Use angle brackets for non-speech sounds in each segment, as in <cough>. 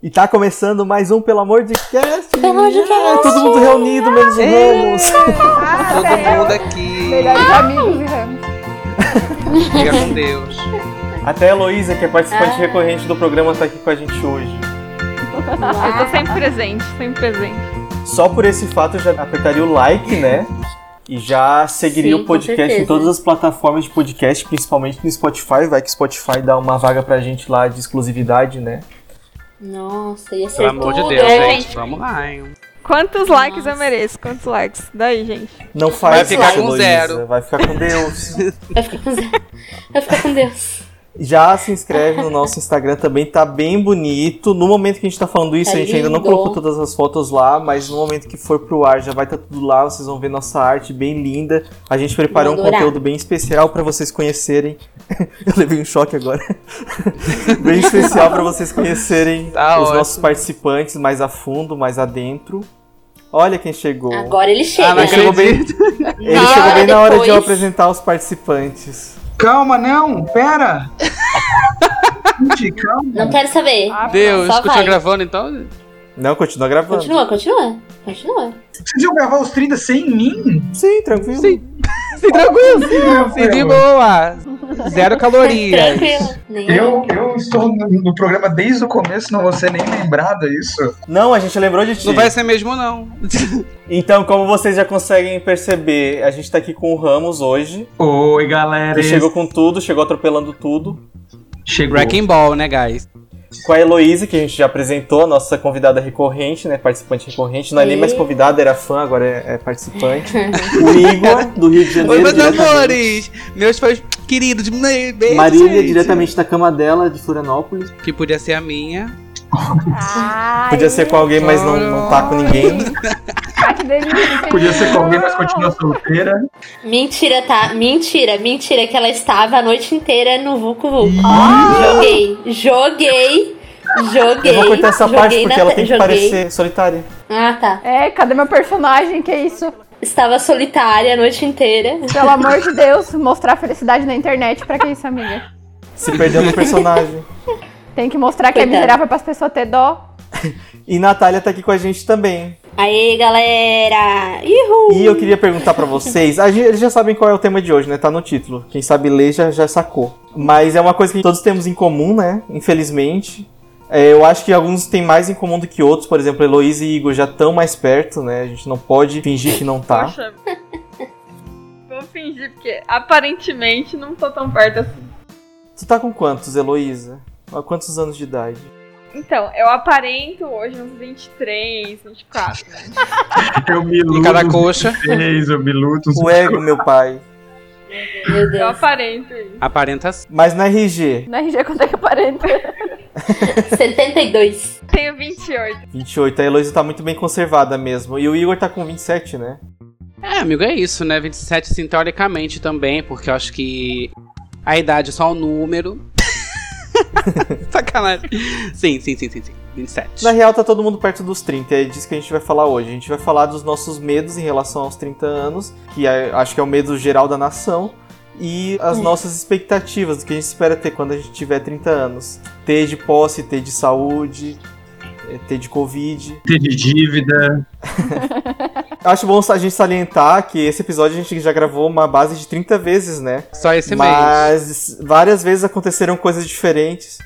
E tá começando mais um Pelo Amor de Cast! É, Pelo Amor de Cast! É. Todo mundo reunido, menos o Ramos! Ah, Todo até eu, mundo aqui. melhores Ah! amigos e Ramos. Fica com <laughs> Deus. Até a Heloísa, que é participante recorrente do programa, tá aqui com a gente hoje. Eu tô sempre presente, sempre presente. Só por esse fato eu já apertaria o like, né? E já seguiria Sim, o com podcast certeza. em todas as plataformas de podcast, principalmente no Spotify. Vai que o Spotify dá uma vaga pra gente lá de exclusividade, né? Nossa, ia ser Pelo amor de tudo. Deus, É, gente. Vamos lá, hein? Quantos likes eu Nossa. mereço? Quantos likes? Daí, gente. Não faz Vai ficar isso, com Heloísa. zero. Vai ficar com Deus. Vai ficar com, vai ficar com <laughs> Deus. Já se inscreve no nosso Instagram também, tá bem bonito. No momento que a gente tá falando isso, Tá a gente ainda não lindo. colocou todas as fotos lá, mas no momento que for pro ar já vai estar tudo lá, vocês vão ver nossa arte bem linda. A gente preparou um Vou adorar. conteúdo bem especial pra vocês conhecerem. <laughs> Eu levei um choque agora. <laughs> bem especial pra vocês conhecerem Tá os ótimo. nossos participantes mais a fundo, mais adentro. Olha quem chegou. Agora ele chega. Ah, não né? chegou bem, acredito. ele Não, chegou bem na hora de eu depois. apresentar os participantes. Calma, não, pera! Gente, calma. Não quero saber. Ah, Deus, Só continua vai. gravando então? Não, continua gravando. Continua, continua. Continua. Vocês iam gravar os 30 sem mim? Sim, tranquilo. Sim. Se tranquilo. Não, Se de boa. <laughs> Zero calorias. Tranquilo. Nem Eu, eu estou no, no programa desde o começo, não vou ser nem lembrado disso. Não, a gente lembrou de ti. Não vai ser mesmo, não. Então, como vocês já conseguem perceber, a gente tá aqui com o Ramos hoje. Oi, galera. É Ele chegou com tudo, chegou atropelando tudo. Chegou. Wrecking Ball, né, guys? Com a Heloísa, que a gente já apresentou, nossa convidada recorrente, né? Participante recorrente. Não é nem mais E- convidada, era fã, agora é, é <laughs> participante. o Igor, do Rio de Oi, Janeiro. meus diretamente- amores. Meus fãs queridos. me- beijo, Marília, gente. diretamente da cama dela, de Florianópolis. Que podia ser a minha. Ai, Podia ser com alguém, mas não, não tá com ninguém. ai, que delícia. Podia ser com alguém, mas continua solteira. Mentira, tá? Mentira, mentira, que ela estava a noite inteira no Vucu Vucu. Joguei, joguei, joguei. Eu vou cortar essa joguei parte porque na ela te- tem que joguei. parecer solitária. Ah, tá. É, cadê meu personagem? Que isso? Estava solitária a noite inteira. Pelo amor de Deus, mostrar felicidade na internet, pra que isso, amiga? Se perdeu no personagem. Tem que mostrar que é Coitada. miserável pras pessoas ter dó. E Natália tá aqui com a gente também. Aê, galera! Ihu! E eu queria perguntar pra vocês, a gente- eles já sabem qual é o tema de hoje, né? Tá no título. Quem sabe ler já, já sacou. Mas é uma coisa que todos temos em comum, né? Infelizmente. É, eu acho que alguns têm mais em comum do que outros, por exemplo, Heloísa e Igor já estão mais perto, né? A gente não pode fingir que não tá. Poxa. Vou fingir, porque aparentemente não tô tão perto assim. Tu tá com quantos, Heloísa? Há Quantos anos de idade? Então, eu aparento hoje uns 23, 24. Eu me Em cada coxa. Fez, eu me luto. O ego, meu pai. Meu Eu Deus. aparento isso. Aparenta ser. Mas na RG, Na RG, quanto é que eu parei? 72. Tenho 28. 28. A Heloísa tá muito bem conservada mesmo. E o Igor tá com 27, né? É, amigo, é isso, né? 27, sim, teoricamente também, porque eu acho que a idade é só um número. <laughs> Sacanagem. Sim, sim, sim, sim, sim. 27. Na real, tá todo mundo perto dos 30, é disso que a gente vai falar hoje. A gente vai falar dos nossos medos em relação aos 30 anos, que é- acho que é o medo geral da nação, e as Hum. nossas expectativas, do que a gente espera ter quando a gente tiver 30 anos. Ter de posse, ter de saúde, eh, ter de Covid. Teve dívida. Acho bom a gente salientar que esse episódio a gente já gravou uma base de 30 vezes, né? Só esse mês. Mas várias vezes aconteceram coisas diferentes.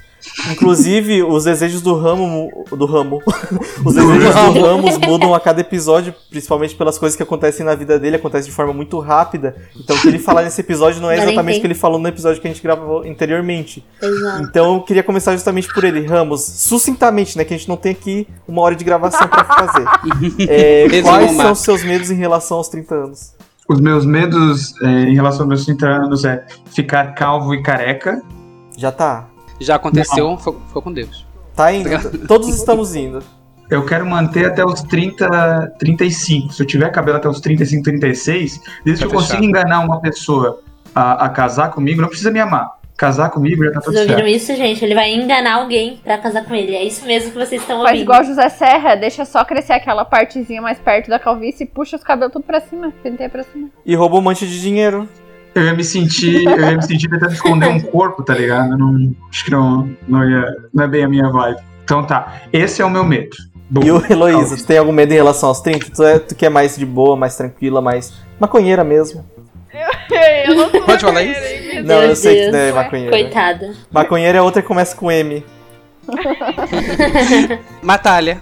Inclusive, os desejos do ramo. mu- Do ramo. <laughs> Os desejos do Ramos mudam a cada episódio, principalmente pelas coisas que acontecem na vida dele, acontece de forma muito rápida. Então, o que ele falar nesse episódio não é Agora exatamente entendi. o que ele falou no episódio que a gente gravou anteriormente. Exato. Então, eu queria começar justamente por ele. Ramos, sucintamente, né? Que a gente não tem aqui uma hora de gravação pra <laughs> fazer. É, Resuma. quais são os seus medos em relação aos 30 anos? Os meus medos é, em relação aos meus 30 anos é ficar calvo e careca. Já tá. Já aconteceu, foi, foi com Deus. Tá indo. Todos estamos indo. Eu quero manter até os 30, 35. Se eu tiver cabelo até os 35, 36, desde Tá que eu consiga fechado. enganar uma pessoa a, a casar comigo, não precisa me amar. Casar comigo já tá tudo Vocês ouviram certo. isso, gente? Ele vai enganar alguém pra casar com ele. É isso mesmo que vocês estão Faz ouvindo. igual José Serra, deixa só crescer aquela partezinha mais perto da calvície e puxa os cabelos tudo pra cima. Penteia pra cima. E roubou um monte de dinheiro. Eu ia me sentir, eu ia me sentir tentando esconder um corpo, tá ligado? Eu não- acho que não, não, ia, não é bem a minha vibe. Então tá. Esse é o meu medo. Bom, E o Heloísa, tu tem algum medo em relação aos 30? Tu, é, tu quer mais de boa, mais tranquila, mais maconheira mesmo? Eu não sou Pode falar maconheira, isso? hein, minha Não, eu Deus. sei que tu é né? maconheira. Coitada. Maconheira é outra que começa com M. Matalha.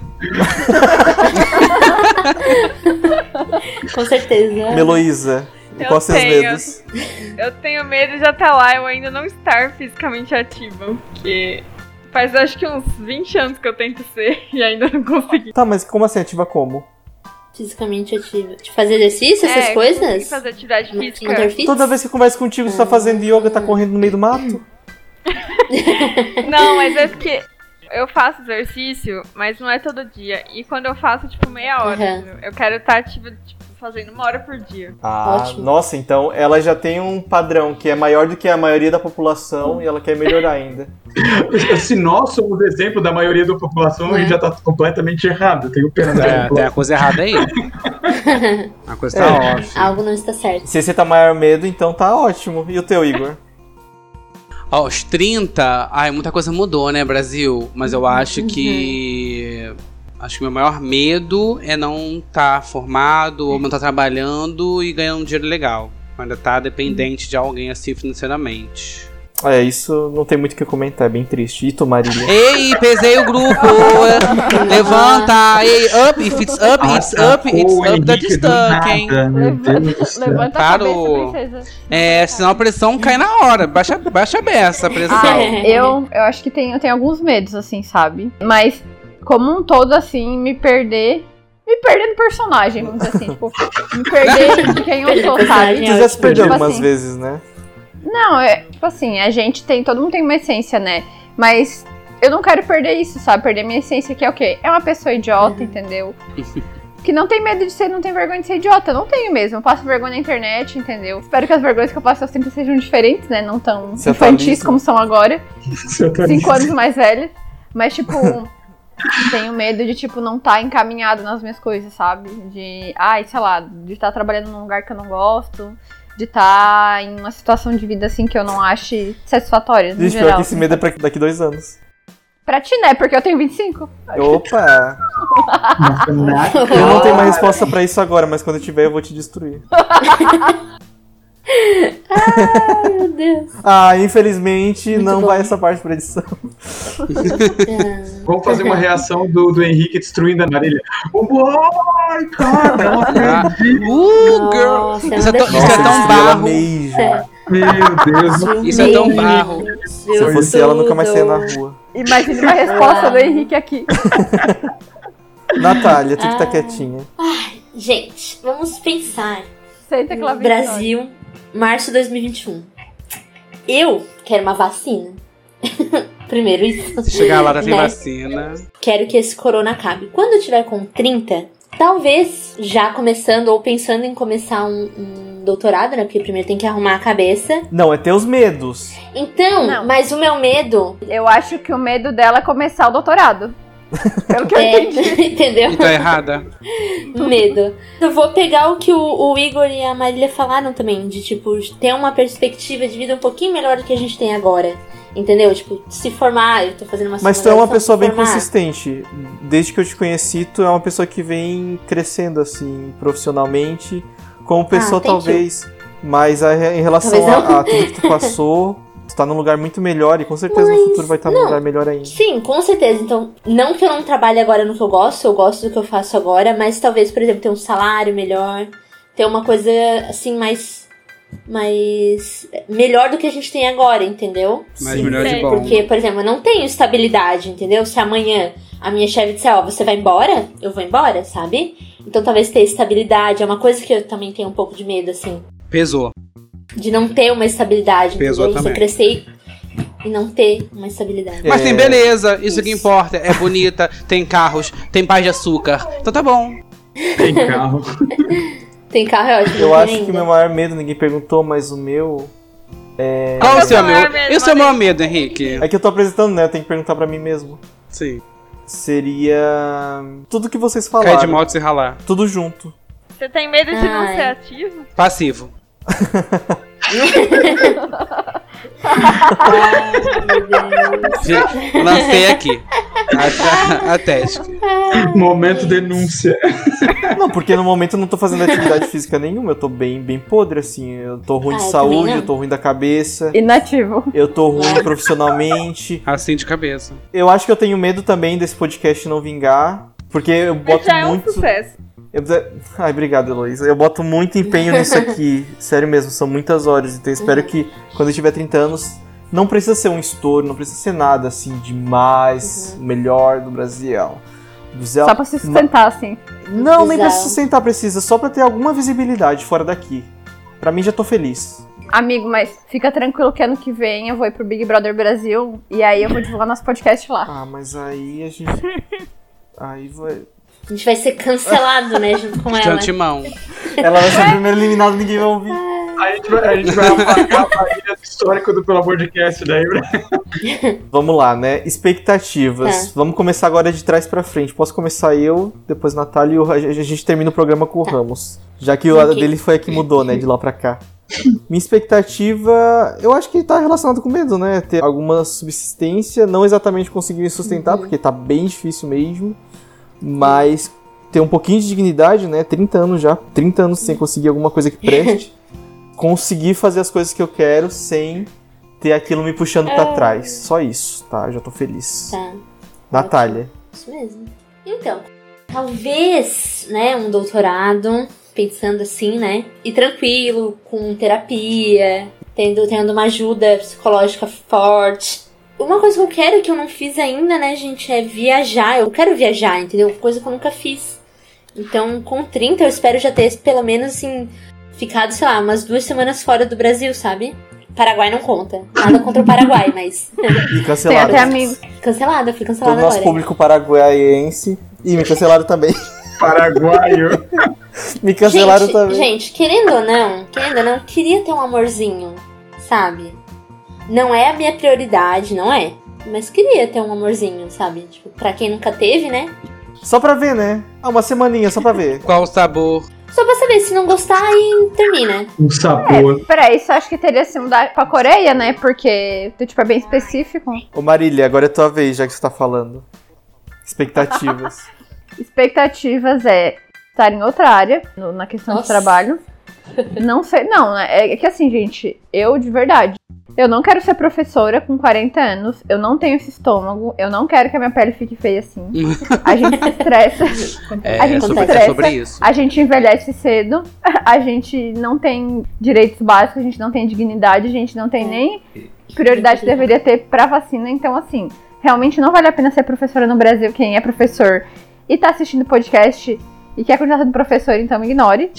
Com certeza. Meloísa, Eu quais seus tenho. medos? Eu tenho medo de até lá eu ainda não estar fisicamente ativa, porque faz acho que uns 20 anos que eu tento ser <laughs> e ainda não consegui. Tá, mas como assim? Ativa como? Fisicamente ativa. De fazer exercício, essas É, consegui coisas? Fazer atividade física. Motor fitness? Toda vez que eu converso contigo, você tá fazendo yoga, tá correndo no meio do mato? Não, mas é porque eu faço exercício, mas não é todo dia. E quando eu faço, tipo, meia hora. Uhum. entendeu? Eu quero estar ativa, tipo, fazendo uma hora por dia. Ah, Ótimo. nossa, então ela já tem um padrão que é maior do que a maioria da população e ela quer melhorar ainda. Se nós somos exemplo da maioria da população, a gente já tá completamente errado. Eu Tenho pena da É, tem população. a coisa errada <laughs> aí. A coisa tá É. off. Algo não está <laughs> certo. Se você tá maior medo, então tá ótimo. E o teu, Igor? Aos 30, ai, muita coisa mudou, né, Brasil? Mas eu acho que. Acho que meu maior medo é não estar formado ou não estar trabalhando e ganhando um dinheiro legal. Ainda tá dependente de alguém assim financeiramente. É, isso não tem muito o que comentar, é bem triste. E tu, Marília? Ei, pesei o grupo! Levanta! Ei, up, if it's up, it's up, it's Atacou o up da Henrique do distância, hein? nada, Meu <laughs> Deus do céu. Levanta Parou. a cabeça, princesa. É, senão a pressão cai na hora. Baixa, baixa a beça tá? a pressão. Ah, eu, eu acho que tem, eu tenho alguns medos, assim, sabe? Mas, como um todo, assim, me perder. Me perder no personagem, vamos dizer assim. tipo, me perder de quem eu sou, sabe? Tu já se perdeu Tipo algumas assim. vezes, né? Não, é tipo assim, a gente tem, todo mundo tem uma essência, né? Mas eu não quero perder isso, sabe? Perder minha essência, que é o quê? É uma pessoa idiota, Uhum. <laughs> entendeu? Que não tem medo de ser, não tem vergonha de ser idiota. Eu não tenho mesmo. Eu passo vergonha na internet, entendeu? Espero que as vergonhas que eu passo sempre sejam diferentes, né? Não tão Você tá infantis liso. como são agora Seu Thaís. cinco anos mais velha. Mas, tipo, <laughs> tenho medo de, tipo, não estar tá encaminhado nas minhas coisas, sabe? De, ai, sei lá, de estar trabalhando num lugar que eu não gosto, de estar em uma situação de vida, assim, que eu não ache satisfatória, no Gente, pior geral. que esse medo é pra daqui dois anos. Pra ti, né? Porque eu tenho 25. Opa! Nossa, nada. Eu não tenho uma resposta pra isso agora, mas quando eu tiver eu vou te destruir. Meu Deus. Ah, infelizmente Muito não bom. vai essa parte pra edição. Vamos fazer uma reação do, do Henrique destruindo a Marília. Uai, cara, eu não acredito. Uh, girl! Nossa, Isso é uma tão- isso é defesa. tão destruí barro. ela mesmo. Meu Deus. Meu Isso é tão Deus. barro. Se eu fosse ela, nunca mais saia na rua. Imagina uma resposta do Henrique aqui. Natália, tu que tá Ah. quietinha. Gente, vamos pensar. é Senta que lá vem nós. Brasil, março de 2021. Eu quero uma vacina. <laughs> Primeiro isso. Se chegar lá, já tem Né? vacina. Quero que esse corona acabe. Quando eu tiver com 30, talvez já começando ou pensando em começar um, um doutorado, né? Porque primeiro tem que arrumar a cabeça. Não, é teus medos. Então, Não. mas o meu medo Eu acho que o medo dela é começar o doutorado. Pelo que eu é. entendi. <laughs> entendeu? E tá errada? medo. Eu vou pegar o que o, o Igor e a Marília falaram também, de tipo, ter uma perspectiva de vida um pouquinho melhor do que a gente tem agora. Entendeu? Tipo, se formar, eu tô fazendo uma Mas tu é segunda uma graduação, pessoa se bem formar. consistente. Desde que eu te conheci, tu é uma pessoa que vem crescendo, assim, profissionalmente. Como pessoa, thank you. talvez. Mas a- em relação Ah, Talvez não. a, a tudo que tu passou, tu tá num lugar muito melhor e com certeza no futuro vai estar num não. lugar melhor ainda. Sim, com certeza. Então, não que eu não trabalhe agora no que eu gosto, eu gosto do que eu faço agora, mas talvez, por exemplo, ter um salário melhor, ter uma coisa assim mais. mais. melhor do que a gente tem agora, entendeu? Mas Sim. melhor de Sim, bom. É, Porque, por exemplo, eu não tenho estabilidade, entendeu? Se amanhã a minha chefe disser, ó, você vai embora, eu vou embora, sabe? Então talvez ter estabilidade é uma coisa que eu também tenho um pouco de medo, assim. Pesou. De não ter uma estabilidade, Pesou entendeu? Você também. crescer e- e não ter uma estabilidade. Mas É. tem beleza, isso, que Isso. importa. É bonita, tem carros, tem paz de açúcar. Então tá bom. Tem carro. Tem carro, é ótimo. Eu né, acho ainda. que o meu maior medo, ninguém perguntou, mas o meu. Qual o Esse é seu o maior medo? medo, Esse é o maior Maurício. medo, Henrique. É que eu tô apresentando, né? Eu tenho que perguntar pra mim mesmo. Sim. Seria. Tudo que vocês Cair de falaram. moto e se ralar. Tudo junto. Você tem medo de não Ai. ser ativo? <laughs> Passivo. Ai, meu Deus. Lancei aqui. A, a, a Tesk. Momento denúncia. Não, porque no momento eu não tô fazendo atividade física nenhuma, eu tô bem, bem podre, assim. Eu tô ruim Ah, de eu também saúde, não. eu tô ruim da cabeça, Inativo. eu tô ruim profissionalmente. Assim de cabeça. Eu acho que eu tenho medo também desse podcast não vingar. Porque eu Mas boto já é um muito. sucesso. eu- Ai, obrigado, Heloísa. Eu boto muito empenho nisso <laughs> aqui. Sério mesmo, são muitas horas. Então eu espero que quando eu tiver 30 anos, não precisa ser um estouro, não precisa ser nada assim demais, Uhum. o melhor do Brasil. Do Zé- Só pra se sustentar, assim. Não, nem Bizarro. pra sustentar precisa, só pra ter alguma visibilidade fora daqui. Pra mim já tô feliz. Amigo, mas fica tranquilo que ano que vem eu vou ir pro Big Brother Brasil e aí eu vou divulgar nosso podcast lá. Ah, mas aí a gente. <laughs> Aí vai. A gente vai ser cancelado, né, junto com De ela. antemão. Ela vai ser a primeira eliminada, ninguém vai ouvir. A gente vai, a gente vai apagar a família do histórico do Pelo Amor de Cast daí, né? Vamos lá, né? Expectativas. Vamos começar agora de trás pra frente. Posso começar eu, depois Natália e o... a gente a gente termina o programa com o Ramos. Já que o a Ok. dele foi a que mudou, né? De lá pra cá. Minha expectativa, eu acho que tá relacionado com medo, né? Ter alguma subsistência, não exatamente conseguir me sustentar, porque tá bem difícil mesmo. Mas ter um pouquinho de dignidade, né? 30 anos já, 30 anos sem conseguir alguma coisa que preste. conseguir fazer as coisas que eu quero sem ter aquilo me puxando pra trás. Só isso, tá? Eu já tô feliz. Tá, Natália. isso mesmo. Então, talvez, né, um doutorado, pensando assim, né, e tranquilo, com terapia, tendo, tendo uma ajuda psicológica forte. Uma coisa que eu quero que eu não fiz ainda, né, gente, é viajar. Eu quero viajar, entendeu? Coisa que eu nunca fiz. Então, com 30, eu espero já ter pelo menos, assim, ficado, sei lá, umas duas semanas fora do Brasil, sabe? Paraguai não conta. Nada contra o Paraguai, mas. <laughs> E Tem cancelaram. até amigos. Cancelada, fui cancelada Todo o agora. nosso público paraguaiense. E me cancelaram também. <laughs> Paraguaio. me cancelaram gente, também. Gente, querendo ou não, querendo ou não, queria ter um amorzinho, sabe? Não é a minha prioridade, não é? Mas queria ter um amorzinho, sabe? Tipo, pra quem nunca teve, né? Só pra ver, né? Ah, uma semaninha, só pra ver. Qual o sabor? Só pra saber, se não gostar, aí termina. Um sabor. Peraí, isso eu acho que teria se mudar pra Coreia, né? Porque, tipo, é bem específico. Ô Marília, agora é tua vez, já que você tá falando. Expectativas. Expectativas é estar em outra área, no- na questão de Nossa. trabalho. Não sei, não, né? É que assim, gente, eu de verdade. Eu não quero ser professora com 40 anos, eu não tenho esse estômago, eu não quero que a minha pele fique feia assim. A gente se estressa. É, a gente se sobre, estressa. sobre isso. a gente envelhece cedo, a gente não tem direitos básicos, a gente não tem dignidade, a gente não tem nem prioridade que deveria ter pra vacina. Então, assim, realmente não vale a pena ser professora no Brasil. Quem é professor e tá assistindo podcast e quer continuar sendo professor, então ignore.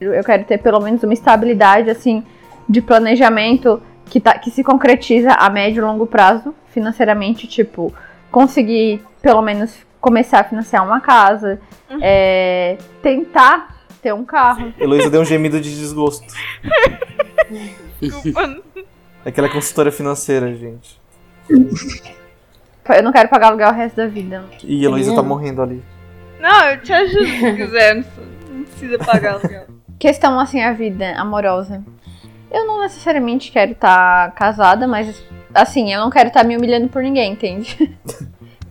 Eu quero ter pelo menos uma estabilidade, assim, de planejamento que, tá, que se concretiza a médio e longo prazo, financeiramente, tipo, conseguir pelo menos começar a financiar uma casa, é, tentar ter um carro. Heloísa deu um gemido de desgosto. Desculpa. Aquela consultora financeira, gente. Eu não quero pagar aluguel o resto da vida. E a Heloísa tá Entendeu? morrendo ali. Não, eu te ajudo se quiser. Não precisa pagar aluguel. Questão assim, a vida amorosa. Eu não necessariamente quero estar casada, mas assim, eu não quero estar me humilhando por ninguém, entende?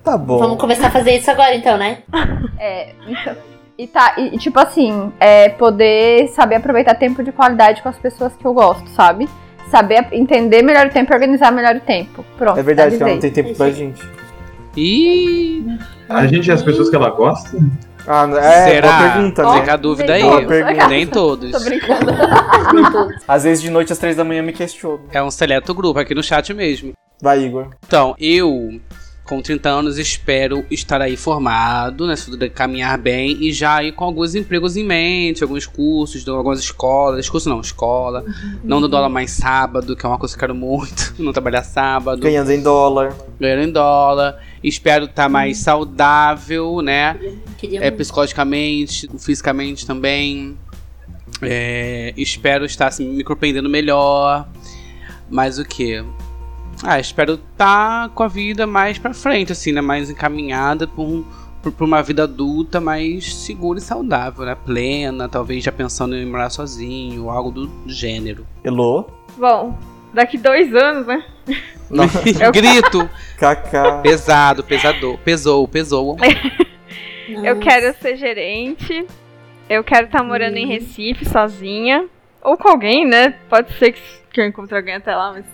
Tá bom. Vamos começar a fazer isso agora, então, né? É, então. E tá, e, e, tipo assim, é poder saber aproveitar tempo de qualidade com as pessoas que eu gosto, sabe? Saber ap- entender melhor o tempo e organizar melhor o tempo. Pronto. tá É verdade que ela avisei. não tem tempo pra gente. Ih, A gente e as pessoas que ela gosta. Ah, é, será? boa pergunta, né? Fica a dúvida aí. Boa pergunta. Nem todos. Tô brincando. Às vezes de noite às três da manhã me questiono. É um seleto grupo aqui no chat mesmo. Vai, Igor. Então, eu, com 30 anos, espero estar aí formado, né? se tudo Caminhar bem e já ir com alguns empregos em mente, alguns cursos, de algumas escolas. Curso não, escola. Não dando aula mais sábado, que é uma coisa que eu quero muito. <laughs> Não trabalhar sábado. Ganhando em dólar. Ganhando em dólar. Espero estar mais saudável, né? Queria É, muito. psicologicamente, fisicamente também. É, espero estar se me compreendendo melhor. Mas o que? Ah, espero estar com a vida mais pra frente, assim, né? Mais encaminhada por, um- por- por uma vida adulta mais segura e saudável, né? Plena, talvez já pensando em morar sozinho, algo do gênero. Elô? Bom, daqui dois anos, né? Não. Eu- <laughs> Grito. KK. Pesado, pesador. Pesou, pesou. Eu quero ser gerente. Eu quero estar morando Uhum. em Recife sozinha. Ou com alguém, né? Pode ser que, que eu encontre alguém até lá, mas.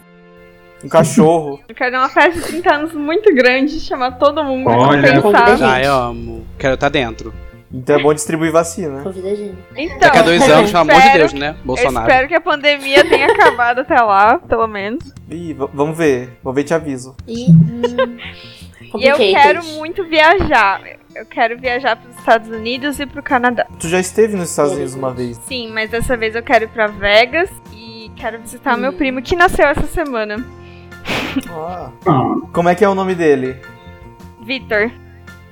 Um cachorro. Eu quero uma festa de 30 anos muito grande, chamar todo mundo Olha. pra compensar. Gente. Ah, eu amo. Quero estar dentro. Então é bom distribuir vacina. Convida a gente. Então, Daqui a dois anos, pelo amor de espero- Deus, né? Eu Bolsonaro. espero que a pandemia tenha acabado até lá, pelo menos. Ih, v- vamos ver. Vamos ver te aviso. E, hum, E eu complicated. quero muito viajar. Eu quero viajar para os Estados Unidos e para o Canadá. Tu já esteve nos Estados Unidos uma vez. Sim, mas dessa vez eu quero ir para Vegas e quero visitar Hum. meu primo que nasceu essa semana, Ah. Ah, Como é que é o nome dele? Vitor.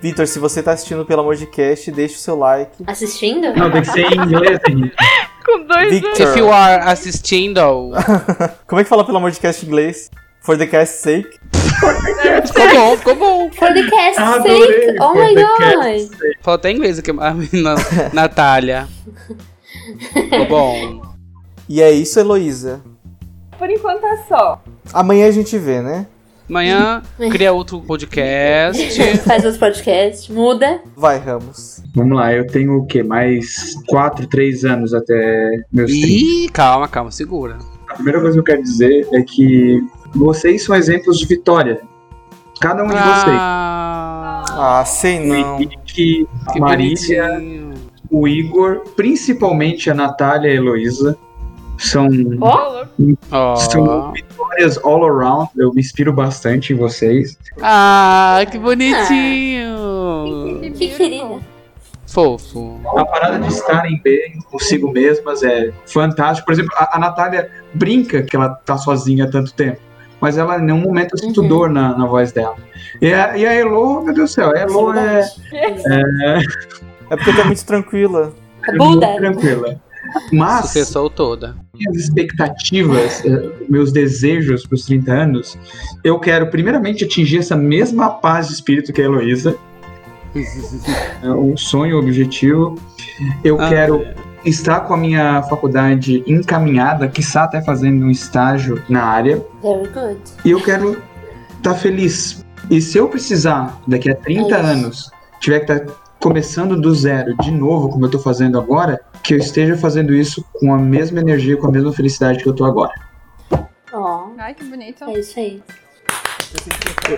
Vitor, se você tá assistindo pelo amor de cast, deixa o seu like. Assistindo? não, tem que ser em inglês, Henrique. Com dois Victor. anos. If you are assistindo, Como é que fala pelo amor de cast em inglês? For the cast sake. ficou bom, ficou bom. For the cast Adorei, sake! Oh for my the god! Falou até inglês aqui, a <laughs> menina Natália. Ficou bom. E é isso, Heloísa. <laughs> Por enquanto é só. Amanhã a gente vê, né? Amanhã cria outro podcast. <laughs> Faz outro podcast, muda. Vai, Ramos. Vamos lá, eu tenho o quê? Mais 4, 3 anos até meus 30. Ih, calma, calma, segura. A primeira coisa que eu quero dizer é que vocês são exemplos de vitória. Cada um de vocês. Ah, Ah, sei não. O Henrique, a que Marília, bonitinho. o Igor, principalmente a Natália e a Heloísa. São Ó, Ó. São vitórias all around. Eu me inspiro bastante em vocês. Ah, que bonitinho. Que querida. Fofo. A parada de estarem bem consigo mesmas é fantástica. Por exemplo, a, a Natália brinca que ela tá sozinha há tanto tempo. Mas ela em nenhum momento eu sinto Uhum. dor na, na voz dela. E a, e a Elo, meu Deus do céu, a Elo é, É porque tá muito tranquila. é muito Buda. tranquila. Mas Sucessou toda. minhas expectativas, eh, meus desejos para os 30 anos, eu quero primeiramente atingir essa mesma paz de espírito que a Heloísa. É um sonho, um objetivo. Eu Ah, quero estar com a minha faculdade encaminhada, quiçá até fazendo um estágio na área. Very good. E eu quero estar feliz. E se eu precisar, daqui a 30 É isso. anos, tiver que estar começando do zero de novo, como eu estou fazendo agora, que eu esteja fazendo isso com a mesma energia, com a mesma felicidade que eu estou agora. Ó, Ai, que bonito. é isso aí.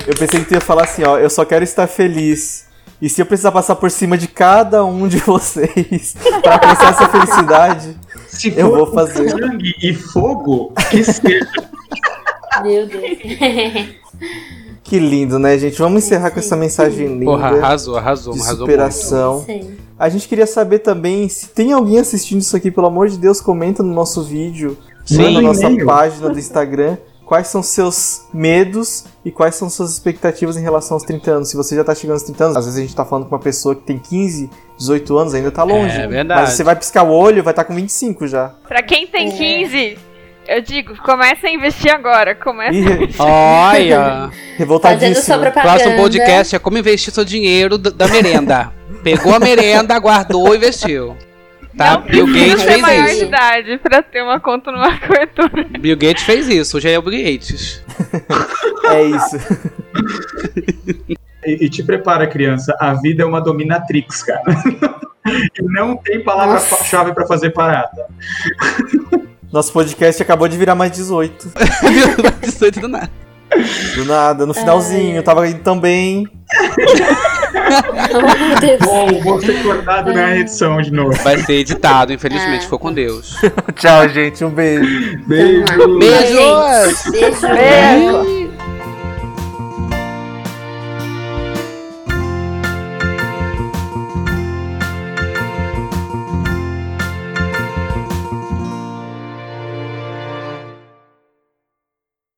Eu pensei que tu ia falar assim, ó. Eu só quero estar feliz. E se eu precisar passar por cima de cada um de <laughs> vocês pra alcançar essa felicidade, Se eu for vou fazer. sangue e fogo, que seja. Meu Deus. Que lindo, né, gente? Vamos encerrar com essa mensagem Porra, linda. arrasou, arrasou, De arrasou superação. Sim. A gente queria saber também se tem alguém assistindo isso aqui, pelo amor de Deus, comenta no nosso vídeo, Sim. manda na nossa E-mail. página do Instagram, quais são seus medos e quais são suas expectativas em relação aos 30 anos. Se você já tá chegando aos 30 anos, às vezes a gente tá falando com uma pessoa que tem 15, 18 anos, ainda tá longe. É verdade. Mas você vai piscar o olho, vai estar com 25 já. pra quem tem É. 15, eu digo, começa a investir agora. Começa. Ih, re- muito. Olha. Fazendo sua revoltadíssimo. propaganda. Próximo podcast é como investir seu dinheiro da da merenda. <laughs> Pegou a merenda, guardou e investiu. Tá? Bill Precisa Gates ser maior fez de isso. idade pra ter uma conta numa corretora. Bill Gates fez isso. Hoje é o Bill Gates. <laughs> É isso. E, e te prepara, criança. A vida é uma dominatrix, cara. <laughs> E Não tem palavra-chave pra fazer parada. Nosso podcast acabou de virar mais 18. Isso aí do nada. Do nada, no finalzinho, tava indo também. Oh, <laughs> meu Deus. Bom, vou ser cortado na edição de novo. Vai ser editado, infelizmente. Ah. Ficou com Deus. Tchau, gente. Um beijo. Beijo. Beijos! Beijo. É, Beijo.